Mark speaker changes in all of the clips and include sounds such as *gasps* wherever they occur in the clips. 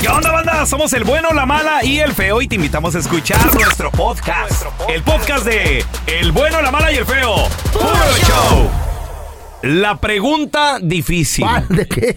Speaker 1: ¿Qué onda, banda? Somos el bueno, la mala y el feo y te invitamos a escuchar nuestro podcast. El podcast de El bueno, la mala y el feo. ¡Puro show! La pregunta difícil.
Speaker 2: ¿De qué?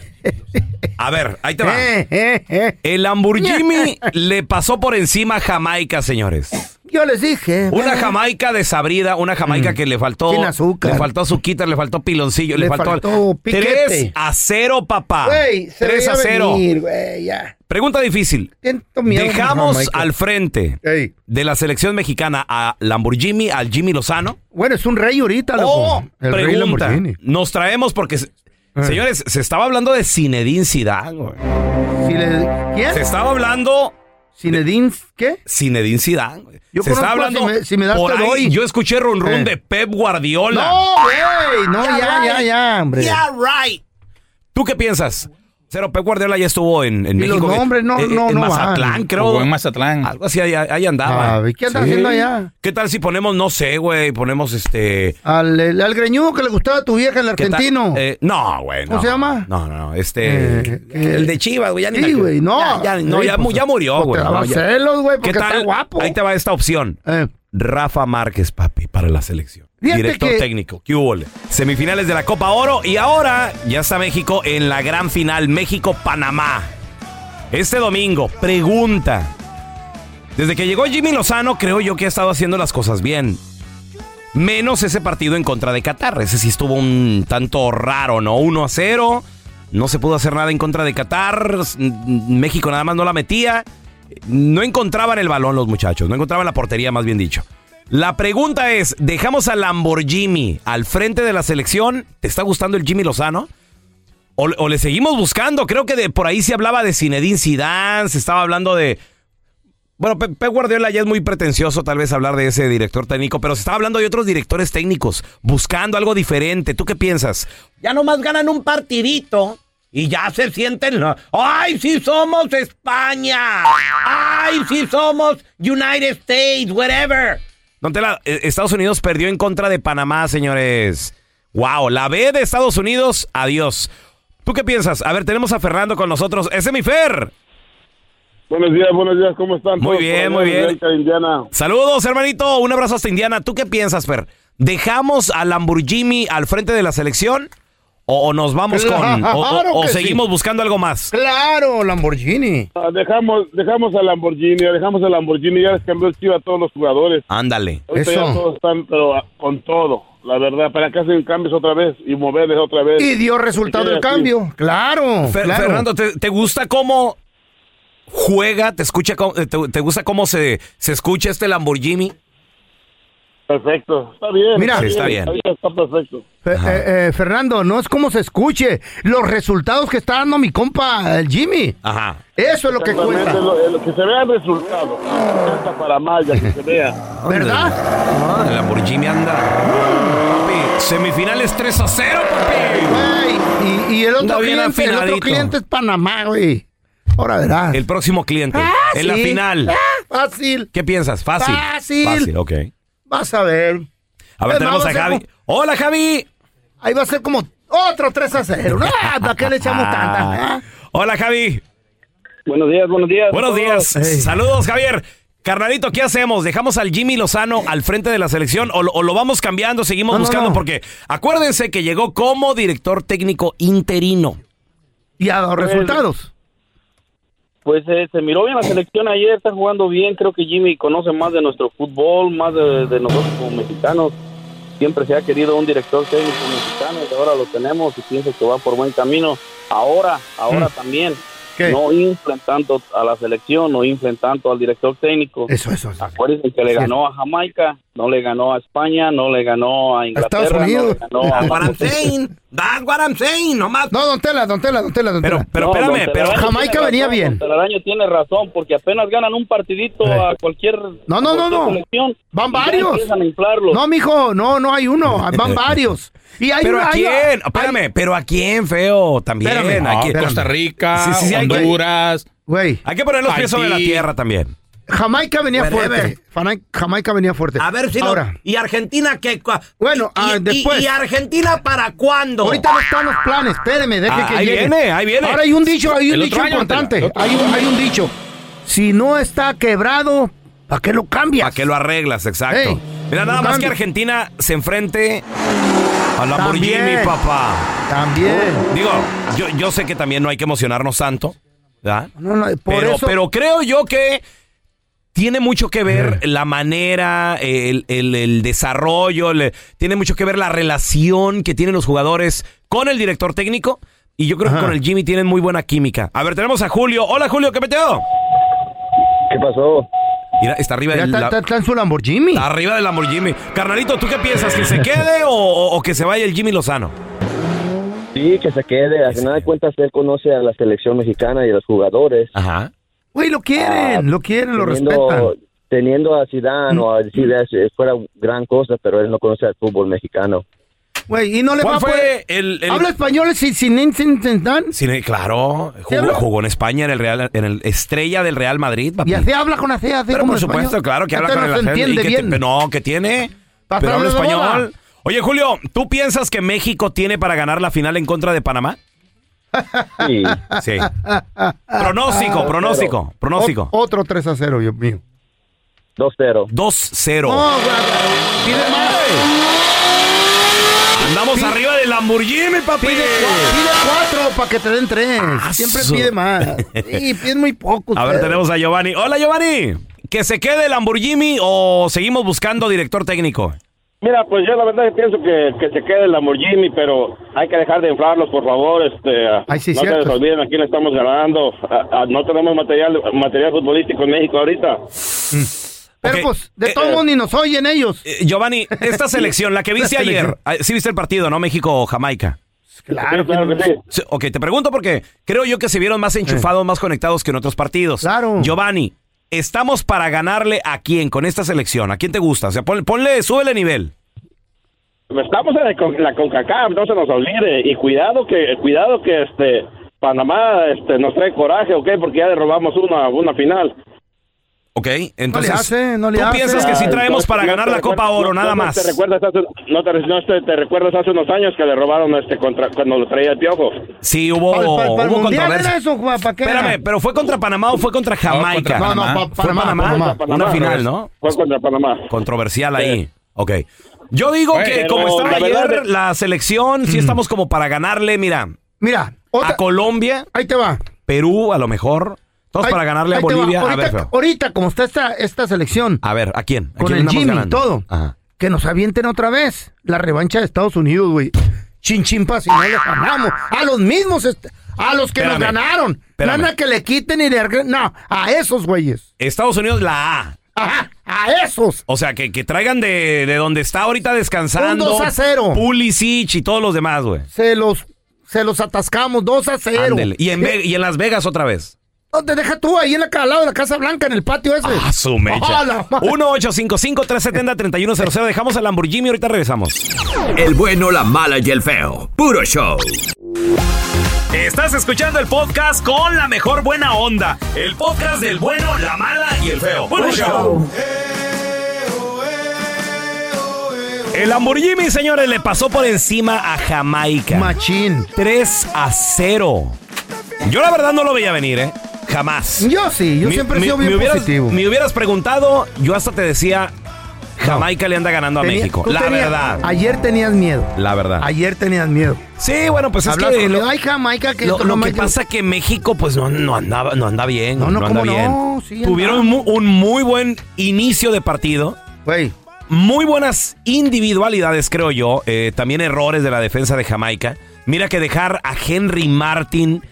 Speaker 1: A ver, ahí te va.
Speaker 2: Eh, eh, eh.
Speaker 1: El
Speaker 2: *laughs*
Speaker 1: Lamborghini le pasó por encima a Jamaica, señores.
Speaker 2: Yo les dije.
Speaker 1: Una
Speaker 2: eh, Mm.
Speaker 1: Jamaica desabrida, una Jamaica que le faltó.
Speaker 2: Sin azúcar.
Speaker 1: Le faltó azuquita, le faltó piloncillo, le,
Speaker 2: Le
Speaker 1: faltó.
Speaker 2: faltó piquete.
Speaker 1: 3 a 0, papá.
Speaker 2: Güey, se
Speaker 1: 3
Speaker 2: veía
Speaker 1: a 0.
Speaker 2: venir, güey, ya.
Speaker 1: Pregunta difícil.
Speaker 2: Siento miedo,
Speaker 1: Dejamos
Speaker 2: Jamaica.
Speaker 1: al frente
Speaker 2: Ey.
Speaker 1: de la selección mexicana a Lamborghini, al Jimmy Lozano.
Speaker 2: Bueno, es un rey ahorita, loco.
Speaker 1: O Oh, pregunta, nos traemos porque, se-
Speaker 2: Eh.
Speaker 1: señores, se estaba hablando de Zinedine Zidane. güey.
Speaker 2: Si le-
Speaker 1: Se
Speaker 2: ¿Quién?
Speaker 1: estaba hablando
Speaker 2: ¿Zinedine qué?
Speaker 1: Zinedine Zidane. güey.
Speaker 2: Yo
Speaker 1: se estaba
Speaker 2: conozco a
Speaker 1: hablando
Speaker 2: Zime- si me das,
Speaker 1: por
Speaker 2: te
Speaker 1: ahí.
Speaker 2: doy.
Speaker 1: Yo escuché run run
Speaker 2: Eh.
Speaker 1: de Pep Guardiola.
Speaker 2: No, güey. No, ya, ya, ya, hombre.
Speaker 1: Yeah, right. ¿Tú qué piensas? Cero, Pep Guardiola ya estuvo en, en
Speaker 2: Y los
Speaker 1: México. Eh,
Speaker 2: nombres no-
Speaker 1: en,
Speaker 2: no-
Speaker 1: en
Speaker 2: no
Speaker 1: Mazatlán,
Speaker 2: van.
Speaker 1: creo.
Speaker 3: Jugó en Mazatlán.
Speaker 4: Ah,
Speaker 1: Algo así, ahí, ahí andaba.
Speaker 2: Ah, ¿y qué anda haciendo allá?
Speaker 1: ¿Qué tal si ponemos, no sé, güey, ponemos este...
Speaker 2: Al, el- al greñudo que le gustaba a tu vieja, el
Speaker 1: ¿qué tal?
Speaker 2: argentino.
Speaker 1: Eh, no, güey, no.
Speaker 2: ¿Cómo se llama?
Speaker 1: No, no, no, este...
Speaker 2: Eh, eh,
Speaker 1: el de Chivas, güey, ya ni me-
Speaker 2: sí, güey, no.
Speaker 1: Ya, ya- no,
Speaker 2: Sí,
Speaker 1: ya,
Speaker 2: pues,
Speaker 1: mu- ya murió,
Speaker 2: porque
Speaker 1: güey.
Speaker 2: daba
Speaker 1: no, ya.
Speaker 2: celos, güey, porque
Speaker 1: ¿Qué tal?
Speaker 2: está guapo.
Speaker 1: Ahí te va esta opción.
Speaker 2: Eh,
Speaker 1: Rafa Márquez, papi, para la selección.
Speaker 2: Fíjate
Speaker 1: Director
Speaker 2: que-
Speaker 1: técnico, ¿qué hubo? le? Semifinales de la Copa Oro y ahora ya está México en la gran final México-Panamá. Este domingo, pregunta. Desde que llegó Jimmy Lozano, creo yo que ha estado haciendo las cosas bien. Menos ese partido en contra de Qatar. Ese sí estuvo un tanto raro, ¿no? 1 a 0. No se pudo hacer nada en contra de Qatar. S- n- México nada más no la metía. No encontraban el balón los muchachos. No encontraban la portería, más bien dicho. La pregunta es, ¿dejamos a Lamborghini al frente de la selección? ¿Te está gustando el Jimmy Lozano? O, o le seguimos buscando. Creo que de, por ahí se hablaba de Zinedine Zidane. Se estaba hablando de... Bueno, Pe- Pep Guardiola ya es muy pretencioso tal vez hablar de ese director técnico, pero se está hablando de otros directores técnicos buscando algo diferente. ¿Tú qué piensas? Ya nomás ganan un partidito y ya se sienten... ¡Ay, sí somos España! ¡Ay, sí somos United States! ¡Whatever! eh, Estados Unidos perdió en contra de Panamá, señores. ¡Wow! La B de Estados Unidos, adiós. ¿Tú qué piensas? A ver, tenemos a Fernando con nosotros. ¡Ese es mi Fer!
Speaker 5: Buenos días, buenos días, ¿cómo están?
Speaker 1: Muy
Speaker 5: todos
Speaker 1: bien,
Speaker 5: por allá
Speaker 1: muy
Speaker 5: en
Speaker 1: bien.
Speaker 5: Bianca, Indiana.
Speaker 1: Saludos, hermanito. Un abrazo hasta Indiana. ¿Tú qué piensas, Fer? ¿Dejamos a Lamborghini al frente de la selección? ¿O, o nos vamos con.? ¿O, o-
Speaker 2: Claro
Speaker 1: o
Speaker 2: que sí.
Speaker 1: seguimos buscando algo más?
Speaker 2: claro, Lamborghini.
Speaker 5: Ah, Dejamos, dejamos a Lamborghini, dejamos a Lamborghini, ya les cambió el chivo a todos los jugadores.
Speaker 1: Ándale.
Speaker 5: Ahorita
Speaker 2: Eso.
Speaker 5: ya todos están pero, ah, con todo, la verdad, para que hacen cambios otra vez y moverles otra vez.
Speaker 2: Y dio resultado
Speaker 5: Sí,
Speaker 2: el
Speaker 5: sí.
Speaker 2: cambio. Claro,
Speaker 1: Fer-
Speaker 2: claro.
Speaker 1: Fernando, ¿te, te gusta cómo juega? ¿Te, escucha, cómo- te, te gusta cómo se, se escucha este Lamborghini?
Speaker 5: Perfecto, está bien.
Speaker 2: Mira. Sí,
Speaker 1: está bien.
Speaker 5: ahorita está perfecto.
Speaker 2: Fe- eh, eh, Fernando, no es como se escuche. Los resultados que está dando mi compa, el Jimmy.
Speaker 1: Ajá.
Speaker 2: Eso es lo que
Speaker 5: Realmente
Speaker 2: cuenta.
Speaker 5: lo- lo que se vea el resultado, hasta para más, ya que se vea.
Speaker 2: ¿Verdad?
Speaker 1: Ah, el Lamborghini anda. Papi, semifinales 3 a 0, papi.
Speaker 2: Güey, y, y el otro
Speaker 1: Anda bien
Speaker 2: cliente, el otro
Speaker 1: afinadito.
Speaker 2: cliente es Panamá, güey. Ahora verás.
Speaker 1: El próximo cliente.
Speaker 2: Ah,
Speaker 1: en la
Speaker 2: sí.
Speaker 1: final.
Speaker 2: Ah, fácil.
Speaker 1: ¿Qué piensas? Fácil.
Speaker 2: Fácil.
Speaker 1: Fácil, ok.
Speaker 2: Vas a ver.
Speaker 1: A ver,
Speaker 2: Es
Speaker 1: tenemos
Speaker 2: más,
Speaker 1: a Javi.
Speaker 2: vamos
Speaker 1: Hola, Javi.
Speaker 2: Ahí va a ser como otro 3 a 0. No, ¿Para qué le
Speaker 1: *laughs*
Speaker 2: echamos tanta?
Speaker 1: Ah. Hola, Javi.
Speaker 5: Buenos días, buenos días.
Speaker 1: Buenos días.
Speaker 2: Ey.
Speaker 1: Saludos, Javier. Carnalito, ¿qué hacemos? ¿Dejamos al Jimmy Lozano al frente de la selección o lo, o lo vamos cambiando, seguimos
Speaker 2: No, no,
Speaker 1: buscando?
Speaker 2: no.
Speaker 1: Porque acuérdense que llegó como director técnico interino.
Speaker 2: Y a los resultados.
Speaker 5: Pues eh, se miró bien la selección ayer, está jugando bien. Creo que Jimmy conoce más de nuestro fútbol, más de, de nosotros como mexicanos. Siempre se ha querido un director técnico mexicano y ahora lo tenemos y pienso que va por buen camino. Ahora, ahora también.
Speaker 2: Mm. ¿Qué?
Speaker 5: No inflen tanto a la selección, no inflen tanto al director técnico.
Speaker 2: Eso, eso. eso.
Speaker 5: Acuérdense que le
Speaker 2: Sí.
Speaker 5: ganó a Jamaica, no le ganó a España, no le ganó a Inglaterra,
Speaker 2: Estados Unidos. *laughs*
Speaker 5: no le ganó a
Speaker 2: That's
Speaker 1: That's what I'm saying. Nomás.
Speaker 2: No, don Tela, don Tela, don Tela, don
Speaker 1: Pero,
Speaker 2: Tela.
Speaker 1: pero
Speaker 5: No,
Speaker 1: espérame,
Speaker 5: don
Speaker 1: pero.
Speaker 5: Telaraño
Speaker 2: Jamaica
Speaker 5: tiene
Speaker 2: venía
Speaker 5: razón,
Speaker 2: bien.
Speaker 5: don Telaraño tiene razón, porque apenas ganan un partidito
Speaker 2: Eh.
Speaker 5: a cualquier.
Speaker 2: No, no, no,
Speaker 5: cualquier
Speaker 2: no.
Speaker 5: selección,
Speaker 2: Van
Speaker 5: y ya
Speaker 2: varios.
Speaker 5: Empiezan a inflarlos.
Speaker 2: No, mijo, no, no hay uno,
Speaker 1: *laughs*
Speaker 2: van varios. Y hay
Speaker 1: ¿Pero
Speaker 2: una-
Speaker 1: a
Speaker 2: hay-
Speaker 1: quién?
Speaker 2: hay-
Speaker 1: Espérame, pero a quién, feo, también.
Speaker 2: Espérame,
Speaker 1: ¿a
Speaker 3: No,
Speaker 1: quién?
Speaker 2: espérame.
Speaker 3: Costa Rica,
Speaker 1: Sí, sí, sí, hay que-
Speaker 3: Honduras.
Speaker 2: Güey,
Speaker 1: Hay que poner los pies sobre la
Speaker 3: Haití.
Speaker 1: tierra también.
Speaker 2: Jamaica venía
Speaker 3: Whatever.
Speaker 2: fuerte. Fana- Jamaica venía fuerte.
Speaker 3: A ver si
Speaker 2: Este,
Speaker 3: lo-
Speaker 2: Ahora,
Speaker 3: ¿Y Argentina qué? cua-
Speaker 2: Bueno,
Speaker 3: y-
Speaker 2: ah,
Speaker 3: y,
Speaker 2: después.
Speaker 3: y Argentina para cuándo?
Speaker 2: ahorita no están los planes. Espéreme, deje
Speaker 1: Ah,
Speaker 2: que
Speaker 1: ahí
Speaker 2: llegue.
Speaker 1: viene, ahí viene.
Speaker 2: Ahora hay un dicho, hay un
Speaker 1: El otro
Speaker 2: dicho
Speaker 1: año, el
Speaker 2: importante.
Speaker 1: otro
Speaker 2: Hay un, hay un dicho. Si no está quebrado, ¿para qué lo cambias?
Speaker 1: ¿Para qué lo arreglas? Exacto.
Speaker 2: Ey,
Speaker 1: Mira, nada
Speaker 2: un
Speaker 1: más que
Speaker 2: cambio.
Speaker 1: Argentina se enfrente a Lamborghini,
Speaker 2: También.
Speaker 1: papá.
Speaker 2: También.
Speaker 1: Digo, yo, yo sé que también no hay que emocionarnos tanto, ¿verdad?
Speaker 2: No, no, por
Speaker 1: pero,
Speaker 2: eso.
Speaker 1: pero creo yo que tiene mucho que ver la manera, el, el- el desarrollo, le- tiene mucho que ver la relación que tienen los jugadores con el director técnico. Y yo creo que
Speaker 2: Ajá.
Speaker 1: con el Jimmy tienen muy buena química. A ver, tenemos a Julio. Hola, Julio, ¿qué peteo?
Speaker 5: ¿Qué pasó?
Speaker 1: Mira, está arriba
Speaker 2: Mira,
Speaker 1: del
Speaker 2: está,
Speaker 1: la- Ah.
Speaker 2: está- está en su Lamborghini.
Speaker 1: está arriba del Lamborghini. Carnalito, ¿tú qué piensas? ¿Que
Speaker 2: *laughs*
Speaker 1: se quede o, o- o que se vaya el Jimmy Lozano?
Speaker 5: Sí, que se quede. Al final de cuentas, él conoce a la selección mexicana y a los jugadores.
Speaker 1: Ajá.
Speaker 2: Güey, lo quieren, lo quieren, lo respetan. Mm.
Speaker 5: teniendo, teniendo a Zidane o a Zidane eh, fuera gran cosa, pero él no conoce al fútbol mexicano.
Speaker 2: Güey, y no le va
Speaker 1: ¿Cuál
Speaker 2: a poder...
Speaker 1: fue el, el-
Speaker 2: Habla español sin, sin, sin- sin- tan-
Speaker 1: Sí, claro, jugó,
Speaker 2: habla?
Speaker 1: jugó en España en el Real, en el Estrella del Real Madrid, papi.
Speaker 2: Y así habla con así, así
Speaker 1: Pero
Speaker 2: como
Speaker 1: por supuesto,
Speaker 2: español.
Speaker 1: claro que habla
Speaker 2: Este
Speaker 1: con el
Speaker 2: no se
Speaker 1: acento. ¿Y
Speaker 2: entiende
Speaker 1: qué
Speaker 2: bien.
Speaker 1: te- no, que tiene.
Speaker 2: Para
Speaker 1: Pero habla
Speaker 2: hablarle de boda.
Speaker 1: español. Oye, Julio, ¿tú piensas que México tiene para ganar la final en contra de Panamá?
Speaker 2: *laughs*
Speaker 5: Sí.
Speaker 1: Sí. pronóstico, pronóstico, pronóstico.
Speaker 2: Ot- otro 3 a 0, Dios mío.
Speaker 5: 2-0.
Speaker 1: 2-0.
Speaker 2: No, güey, pide más.
Speaker 1: Andamos
Speaker 2: pi-
Speaker 1: arriba del Lamborghini, papi.
Speaker 2: Pide, cua- pide cuatro para que te den tres. Siempre
Speaker 1: su-
Speaker 2: pide más. Y pide muy poco.
Speaker 1: A ver,
Speaker 2: usted.
Speaker 1: tenemos a Giovanni. Hola, Giovanni. ¿Que se quede el Lamborghini o seguimos buscando director técnico?
Speaker 6: Mira, pues yo la verdad que pienso que, que se quede el Lamborghini, pero hay que dejar de inflarlos, por favor. Este,
Speaker 2: Ay, sí,
Speaker 6: no
Speaker 2: cierto.
Speaker 6: se les olviden a quién le estamos ganando. A- a- no tenemos material material futbolístico en México ahorita.
Speaker 2: Pero
Speaker 1: Ok.
Speaker 2: pues, de
Speaker 1: Eh,
Speaker 2: todos
Speaker 1: eh,
Speaker 2: modos ni nos oyen ellos.
Speaker 1: Eh, Giovanni,
Speaker 2: *laughs*
Speaker 1: esta selección, la que viste
Speaker 2: La
Speaker 1: ayer,
Speaker 2: selección.
Speaker 1: ah, sí viste el partido, ¿no? México-Jamaica.
Speaker 2: Claro,
Speaker 6: Sí, claro que sí.
Speaker 1: Sí, Ok, te pregunto porque creo yo que se vieron más enchufados, más conectados que en otros partidos.
Speaker 2: Claro.
Speaker 1: Giovanni, ¿estamos para ganarle a quién con esta selección? ¿A quién te gusta? O sea, pon- ponle, súbele nivel.
Speaker 6: Estamos en el con- la CONCACAF, no se nos olvide. Y cuidado que cuidado que este Panamá este, nos trae coraje, ¿ok? Porque ya le robamos una, una final.
Speaker 1: Ok, entonces.
Speaker 2: hace, no le
Speaker 1: ¿Tú
Speaker 2: hace.
Speaker 1: piensas que sí
Speaker 6: Ah,
Speaker 1: traemos
Speaker 6: entonces,
Speaker 1: para
Speaker 6: no
Speaker 1: ganar
Speaker 6: te
Speaker 1: la
Speaker 6: recuerdas-
Speaker 1: Copa Oro,
Speaker 6: no-
Speaker 1: nada
Speaker 6: no
Speaker 1: más?
Speaker 6: Te recuerdas hace, no te, no te- te recuerdas hace unos años que le robaron este contra, cuando lo traía el piojo.
Speaker 1: Sí, hubo,
Speaker 2: Para el
Speaker 1: Oh, hubo
Speaker 2: mundial era
Speaker 1: controversia.
Speaker 2: eso, güey, ¿para qué? era?
Speaker 1: Espérame, ¿pero fue contra Panamá o fue contra Jamaica?
Speaker 2: No, no, pa-
Speaker 1: ¿Fue
Speaker 2: Panamá,
Speaker 1: Panamá?
Speaker 2: Panamá,
Speaker 1: Una
Speaker 6: Panamá,
Speaker 1: final, ¿no?
Speaker 6: Fue contra Panamá.
Speaker 1: Controversial ahí. Ok. Yo digo que
Speaker 6: Pero
Speaker 1: como estaba
Speaker 6: la
Speaker 1: ayer
Speaker 6: verdad-
Speaker 1: la selección, sí estamos como para ganarle, mira,
Speaker 2: Mira,
Speaker 1: a
Speaker 2: Mm. otra,
Speaker 1: Colombia,
Speaker 2: ahí te va.
Speaker 1: Perú a lo mejor. Todos
Speaker 2: Ahí-
Speaker 1: para ganarle a
Speaker 2: ahí te va.
Speaker 1: Bolivia. A
Speaker 2: Ahorita,
Speaker 1: ver, feo.
Speaker 2: ahorita, como está esta, esta selección,
Speaker 1: a ver, ¿a quién? ¿A
Speaker 2: con
Speaker 1: quién
Speaker 2: el
Speaker 1: andamos
Speaker 2: Jimmy y
Speaker 1: ganando?
Speaker 2: todo,
Speaker 1: Ajá.
Speaker 2: que nos avienten otra vez la revancha de Estados Unidos, güey. Chinchinpa si no les ganamos. A los mismos, est- a los que
Speaker 1: Espérame.
Speaker 2: nos ganaron.
Speaker 1: Espérame.
Speaker 2: Nada que le quiten y le arreglen- No, a esos güeyes.
Speaker 1: Estados Unidos, la A.
Speaker 2: Ajá, a esos.
Speaker 1: O sea, que, que traigan de, de donde está ahorita descansando.
Speaker 2: Un 2 a 0.
Speaker 1: Pulisic y todos los demás, güey.
Speaker 2: Se los, se los atascamos 2 a 0.
Speaker 1: Ándele. Y en, Ve- y en Las Vegas otra vez.
Speaker 2: ¿Dónde deja tú? Ahí en la, al lado de la Casa Blanca, en el patio ese.
Speaker 1: Ah, su mecha.
Speaker 2: *laughs* Ah, la madre.
Speaker 1: 1-855-370-3100. Dejamos el Lamborghini, ahorita regresamos.
Speaker 7: El bueno, la mala y el feo. Puro show.
Speaker 1: Estás escuchando el podcast con la mejor buena onda. El podcast del bueno, la mala y el feo. Buen show. El Lamborghini, señores, le pasó por encima a Jamaica.
Speaker 2: Machín.
Speaker 1: 3 a 0. Yo la verdad no lo veía venir, ¿eh? Jamás.
Speaker 2: Yo sí, yo
Speaker 1: Mi-
Speaker 2: siempre he
Speaker 1: mi-
Speaker 2: sido bien
Speaker 1: me hubieras,
Speaker 2: positivo.
Speaker 1: Me hubieras preguntado, yo hasta te decía, Jamaica le anda ganando a
Speaker 2: Tenía-
Speaker 1: México.
Speaker 2: tú
Speaker 1: La
Speaker 2: tenías-
Speaker 1: verdad.
Speaker 2: Ayer tenías miedo.
Speaker 1: La verdad.
Speaker 2: Ayer tenías miedo.
Speaker 1: Sí, bueno, pues es
Speaker 2: Hablas
Speaker 1: que
Speaker 2: con-
Speaker 1: lo,
Speaker 2: Ay, Jamaica, que
Speaker 1: lo-
Speaker 2: esto
Speaker 1: lo que
Speaker 2: Jamaica-
Speaker 1: pasa que México pues no, no andaba no anda bien, no,
Speaker 2: No, no,
Speaker 1: anda
Speaker 2: ¿cómo
Speaker 1: bien.
Speaker 2: no? Sí,
Speaker 1: Tuvieron
Speaker 2: andaba.
Speaker 1: mu- un muy buen inicio de partido,
Speaker 2: Güey,
Speaker 1: muy buenas individualidades creo yo, eh, también errores de la defensa de Jamaica. Mira que dejar a Henry Martin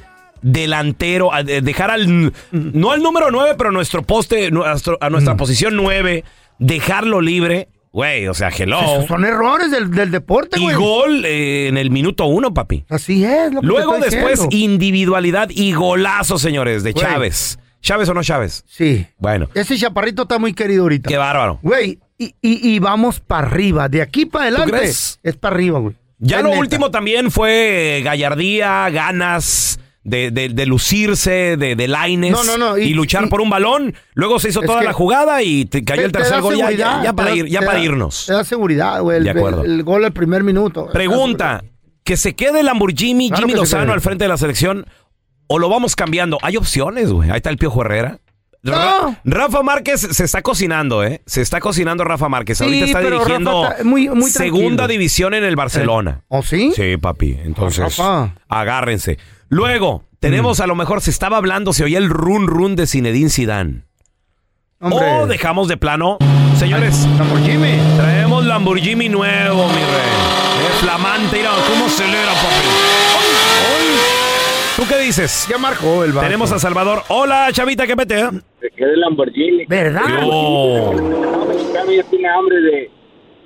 Speaker 1: delantero, a- de- dejar al no al número 9, pero nuestro poste nuestro- a
Speaker 2: Mm.
Speaker 1: nuestra posición 9, dejarlo libre, güey, o sea, hello.
Speaker 2: esos son errores del, del deporte,
Speaker 1: Y
Speaker 2: güey.
Speaker 1: gol eh, en el minuto uno, papi.
Speaker 2: Así es. Lo que
Speaker 1: Luego
Speaker 2: te estoy
Speaker 1: después
Speaker 2: diciendo.
Speaker 1: individualidad y golazo, señores, de
Speaker 2: Güey. Eh,
Speaker 1: Chávez. ¿Chávez o no Chávez?
Speaker 2: Sí.
Speaker 1: Bueno,
Speaker 2: Ese chaparrito está muy querido ahorita.
Speaker 1: qué bárbaro.
Speaker 2: Güey, y, y, y vamos para arriba. De aquí para adelante
Speaker 1: crees?
Speaker 2: es para arriba, güey.
Speaker 1: Ya
Speaker 2: Es
Speaker 1: lo
Speaker 2: neta.
Speaker 1: último también fue gallardía, ganas, de, de- de lucirse, de, de Laines
Speaker 2: No, no, no,
Speaker 1: y,
Speaker 2: y-
Speaker 1: luchar
Speaker 2: y-
Speaker 1: por un balón. Luego se hizo
Speaker 2: Es
Speaker 1: toda
Speaker 2: que-
Speaker 1: la jugada y te cayó el
Speaker 2: Te- te
Speaker 1: tercer
Speaker 2: da
Speaker 1: gol. Ya,
Speaker 2: seguridad,
Speaker 1: ya- ya
Speaker 2: te
Speaker 1: para,
Speaker 2: da-
Speaker 1: ir, ya
Speaker 2: te
Speaker 1: para
Speaker 2: da-
Speaker 1: irnos.
Speaker 2: Te da seguridad, güey.
Speaker 1: De
Speaker 2: El,
Speaker 1: acuerdo.
Speaker 2: el- el gol al primer minuto.
Speaker 1: Pregunta, ¿que se quede Lamborghini,
Speaker 2: Claro
Speaker 1: Jimmy
Speaker 2: que se
Speaker 1: Lozano
Speaker 2: quede.
Speaker 1: al frente de la selección o lo vamos cambiando? Hay opciones, güey. Ahí está el Piojo Herrera. Ra-
Speaker 2: No.
Speaker 1: Rafa Márquez se está cocinando, ¿eh? Se está cocinando Rafa Márquez.
Speaker 2: Sí,
Speaker 1: Ahorita está
Speaker 2: pero
Speaker 1: dirigiendo
Speaker 2: Rafa está muy- muy
Speaker 1: segunda
Speaker 2: tranquilo.
Speaker 1: división en el Barcelona.
Speaker 2: ¿O ¿Oh, sí?
Speaker 1: Sí, papi. Entonces,
Speaker 2: Rafa.
Speaker 1: agárrense. Luego,
Speaker 2: Mm.
Speaker 1: tenemos a lo mejor, se estaba hablando, se oía el run run de Zinedine Zidane.
Speaker 2: Hombre.
Speaker 1: O dejamos Oh, de plano. Señores,
Speaker 2: Vamos, Jimmy.
Speaker 1: Traemos Lamborghini nuevo, mi rey. Es flamante, mira cómo acelera, papi. ¿Tú qué dices?
Speaker 2: Ya marcó el vato.
Speaker 1: Tenemos a Salvador. Hola, chavita, ¿qué pete? eh?
Speaker 6: Que quede el Lamborghini.
Speaker 2: ¿Verdad?
Speaker 1: Yo.
Speaker 6: El mexicano ya tiene hambre de,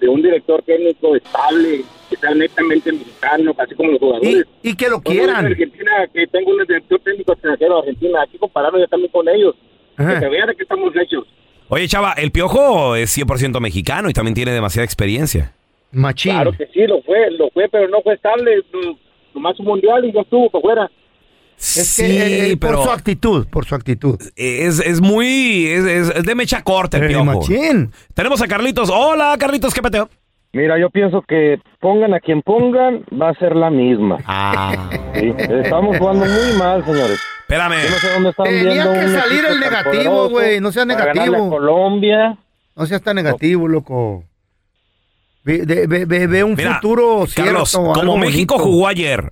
Speaker 6: de un director técnico estable, que sea netamente mexicano, así como los
Speaker 2: Y,
Speaker 6: jugadores.
Speaker 2: y que lo
Speaker 6: No, no, en
Speaker 2: quieran.
Speaker 6: Argentina, que tengo un director técnico extranjero de Argentina, aquí compararnos ya también con ellos.
Speaker 2: Ajá.
Speaker 6: Que se vea de qué estamos hechos.
Speaker 1: Oye, chava, el Piojo es 100% mexicano y también tiene demasiada experiencia.
Speaker 2: Machín.
Speaker 6: Claro que sí, lo fue, lo fue, pero no fue estable. no- Nomás un mundial y ya estuvo para afuera.
Speaker 2: Es que eh, eh, por su actitud, por su actitud.
Speaker 1: es, es muy... Es, es- es de mecha corta el
Speaker 2: Eh,
Speaker 1: Piojo.
Speaker 2: machín.
Speaker 1: Tenemos a Carlitos. Hola, Carlitos, ¿qué peteo?
Speaker 6: Mira, yo pienso que pongan a quien pongan, va a ser la misma. Estamos jugando muy mal, señores.
Speaker 1: Espérame.
Speaker 6: Yo no sé dónde están
Speaker 2: Tenía
Speaker 6: viendo
Speaker 2: que
Speaker 6: un
Speaker 2: salir
Speaker 6: equipo
Speaker 2: el
Speaker 6: tan
Speaker 2: negativo,
Speaker 6: poderoso
Speaker 2: güey, no sea
Speaker 6: para ganarle a
Speaker 2: negativo.
Speaker 6: Colombia.
Speaker 2: No seas tan negativo, loco. Ve, de- ve- ve- ve un
Speaker 1: Mira,
Speaker 2: futuro
Speaker 1: Carlos,
Speaker 2: cierto,
Speaker 1: como
Speaker 2: algo
Speaker 1: México
Speaker 2: bonito.
Speaker 1: jugó ayer,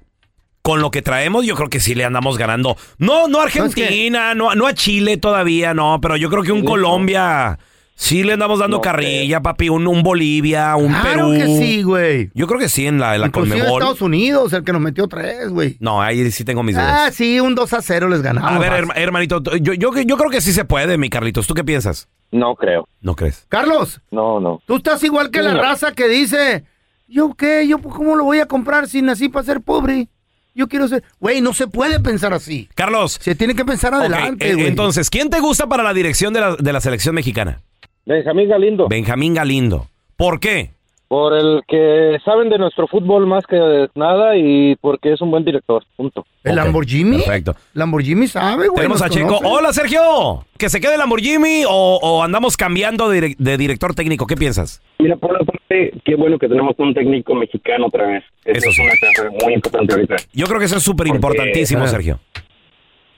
Speaker 1: con lo que traemos, yo creo que sí le andamos ganando. No, no a Argentina, no, no a Chile todavía, no, pero yo creo que un Colombia sí le andamos dando
Speaker 6: No
Speaker 1: carrilla, papi, un, un Bolivia, un
Speaker 2: Claro
Speaker 1: Perú.
Speaker 2: que sí, güey.
Speaker 1: Yo creo que sí en la, en la
Speaker 2: Inclusive
Speaker 1: Conmebol.
Speaker 2: Estados Unidos, el que nos metió tres, güey.
Speaker 1: No, ahí sí tengo mis dudas.
Speaker 2: Ah, sí, un 2 a 0 les ganamos.
Speaker 1: a ver,
Speaker 2: vas.
Speaker 1: herma- hermanito, yo, yo, yo creo que sí se puede, mi Carlitos. ¿Tú qué piensas?
Speaker 6: No creo.
Speaker 1: ¿No crees?
Speaker 2: Carlos,
Speaker 6: No, no.
Speaker 2: tú estás igual que la
Speaker 6: No.
Speaker 2: raza que dice, yo qué, yo pues, cómo lo voy a comprar si nací para ser pobre. Yo quiero ser... Güey, no se puede pensar así.
Speaker 1: Carlos,
Speaker 2: Se tiene que pensar
Speaker 1: ok,
Speaker 2: adelante,
Speaker 1: eh,
Speaker 2: güey.
Speaker 1: entonces, ¿quién te gusta para la dirección de la- de la selección mexicana?
Speaker 6: Benjamín Galindo,
Speaker 1: Benjamín Galindo. ¿Por qué?
Speaker 6: por el que saben de nuestro fútbol más que nada y porque es un buen director. Punto.
Speaker 2: ¿El
Speaker 1: Ok,
Speaker 2: Lamborghini?
Speaker 1: perfecto.
Speaker 2: Lamborghini sabe, güey.
Speaker 1: Tenemos
Speaker 2: nos
Speaker 1: a Checo.
Speaker 2: conoce.
Speaker 1: Hola, Sergio. ¿Que se quede Lamborghini o, o andamos cambiando de, direc- de director técnico? ¿Qué piensas?
Speaker 6: Mira, por una parte, qué bueno que tenemos un técnico mexicano otra vez.
Speaker 1: Eso sí.
Speaker 6: Esa es una cosa muy importante ahorita.
Speaker 1: Yo creo que eso es súper importantísimo,
Speaker 6: Porque-
Speaker 1: Sergio.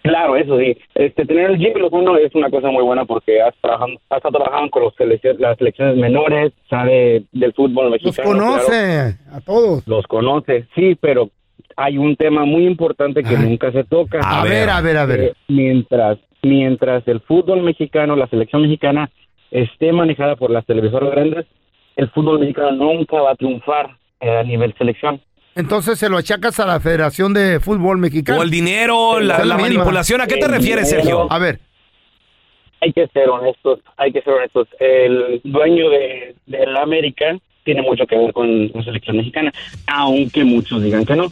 Speaker 6: Claro, eso sí. Este, tener el Jimmy Lozano es una cosa muy buena porque has, trabajado, has estado trabajando con los selec- las selecciones menores, sabe del fútbol
Speaker 2: Los
Speaker 6: mexicano. claro.
Speaker 2: conoce a todos.
Speaker 6: los conoce, sí, pero hay un tema muy importante que
Speaker 2: Ay. Ah,
Speaker 6: nunca se toca.
Speaker 1: A
Speaker 2: A,
Speaker 1: ver.
Speaker 2: ver, a ver, a ver.
Speaker 6: Eh, mientras, mientras el fútbol mexicano, la selección mexicana esté manejada por las televisoras grandes, el fútbol mexicano nunca va a triunfar eh, a nivel selección.
Speaker 2: Entonces se lo achacas a la Federación de Fútbol Mexicano.
Speaker 1: O el dinero, la,
Speaker 2: Es
Speaker 1: la
Speaker 2: la misma.
Speaker 1: manipulación. ¿A qué te
Speaker 6: El
Speaker 1: refieres,
Speaker 6: dinero.
Speaker 1: Sergio?
Speaker 2: A ver,
Speaker 6: Hay que ser honestos, hay que ser honestos. El dueño de, de la América tiene mucho que ver con la selección mexicana, aunque muchos digan que no.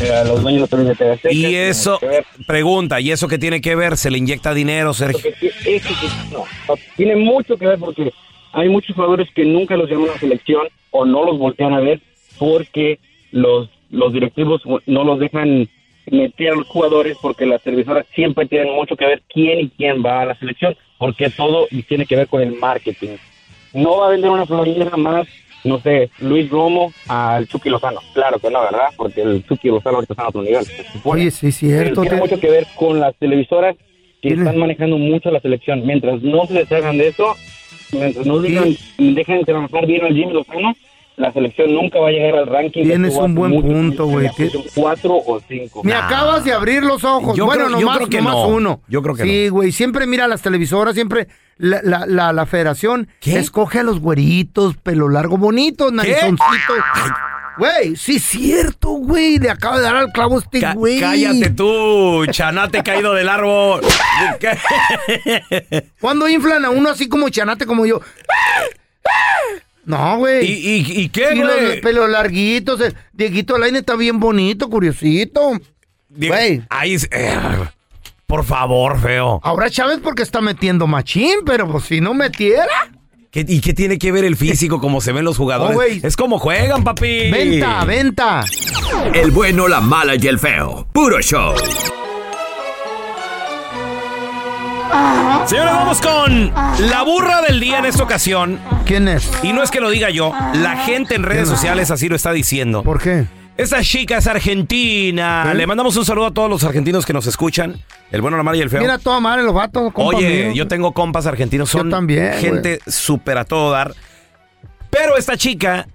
Speaker 6: Eh, los dueños de TV Azteca
Speaker 1: Y
Speaker 6: tienen
Speaker 1: eso,
Speaker 6: mucho que ver.
Speaker 1: pregunta, ¿y eso qué tiene que ver? ¿Se le inyecta dinero, Sergio?
Speaker 6: Porque sí, eso sí, no, no, tiene mucho que ver porque hay muchos jugadores que nunca los llaman a la selección o no los voltean a ver porque los, los directivos no los dejan meter a los jugadores porque las televisoras siempre tienen mucho que ver quién y quién va a la selección porque todo y tiene que ver con el marketing. No va a vender una florilla más, no sé, Luis Romo al Chucky Lozano. Claro que no, ¿verdad? Porque el Chucky Lozano ahorita está en otro nivel. se supone.
Speaker 2: oye, sí es cierto.
Speaker 6: Tiene
Speaker 2: te-
Speaker 6: mucho que ver con las televisoras que
Speaker 2: Tiene-
Speaker 6: están manejando mucho la selección. Mientras no se deshagan de eso, mientras no digan, dejen trabajar bien al Jimmy Lozano, la selección nunca va a llegar al ranking. que
Speaker 2: Tienes
Speaker 6: tuvo
Speaker 2: un
Speaker 6: hace
Speaker 2: buen
Speaker 6: muchos
Speaker 2: punto,
Speaker 6: años,
Speaker 2: güey.
Speaker 6: en la posición Cuatro o cinco.
Speaker 2: Me acabas de abrir los ojos.
Speaker 1: Yo
Speaker 2: bueno,
Speaker 1: creo- yo
Speaker 2: nomás,
Speaker 1: creo que
Speaker 2: nomás
Speaker 1: no.
Speaker 2: uno.
Speaker 1: Yo creo que
Speaker 2: Sí, güey. Siempre mira las televisoras, siempre la, la, la, la federación
Speaker 1: ¿Qué?
Speaker 2: escoge a los güeritos, pelo largo, bonitos, narizoncito. Güey, sí es cierto, güey. Le acaba de dar al clavo este
Speaker 1: Ca-
Speaker 2: güey.
Speaker 1: cállate tú, chanate caído del árbol.
Speaker 2: ¿Cuándo inflan a uno así como chanate como yo? No,
Speaker 1: ¿Y,
Speaker 2: güey.
Speaker 1: y, y qué,
Speaker 2: Y los
Speaker 1: güey?
Speaker 2: pelos larguitos. el Dieguito Alain está bien bonito, curiosito.
Speaker 1: Di-
Speaker 2: güey.
Speaker 1: Ahí es- eh, por favor, feo.
Speaker 2: Ahora Chávez porque está metiendo machín, pero pues si no metiera.
Speaker 1: ¿Qué- ¿Y qué tiene que ver el físico, como se ven los
Speaker 2: Oh,
Speaker 1: jugadores?
Speaker 2: güey.
Speaker 1: es como juegan, papi.
Speaker 2: Venta, venta.
Speaker 7: El bueno, la mala y el feo. Puro show.
Speaker 1: Señores, vamos con la burra del día en esta ocasión.
Speaker 2: ¿Quién es?
Speaker 1: Y no es que lo diga yo, la gente en redes sociales así lo está diciendo.
Speaker 2: ¿Por qué?
Speaker 1: Esta chica es argentina.
Speaker 2: ¿Eh?
Speaker 1: Le mandamos un saludo a todos los argentinos que nos escuchan. El bueno, la mala y el feo.
Speaker 2: Mira toda madre los vatos. compa
Speaker 1: Oye,
Speaker 2: mío.
Speaker 1: yo tengo compas argentinos, son
Speaker 2: Yo también,
Speaker 1: gente súper a todo dar. Pero esta chica,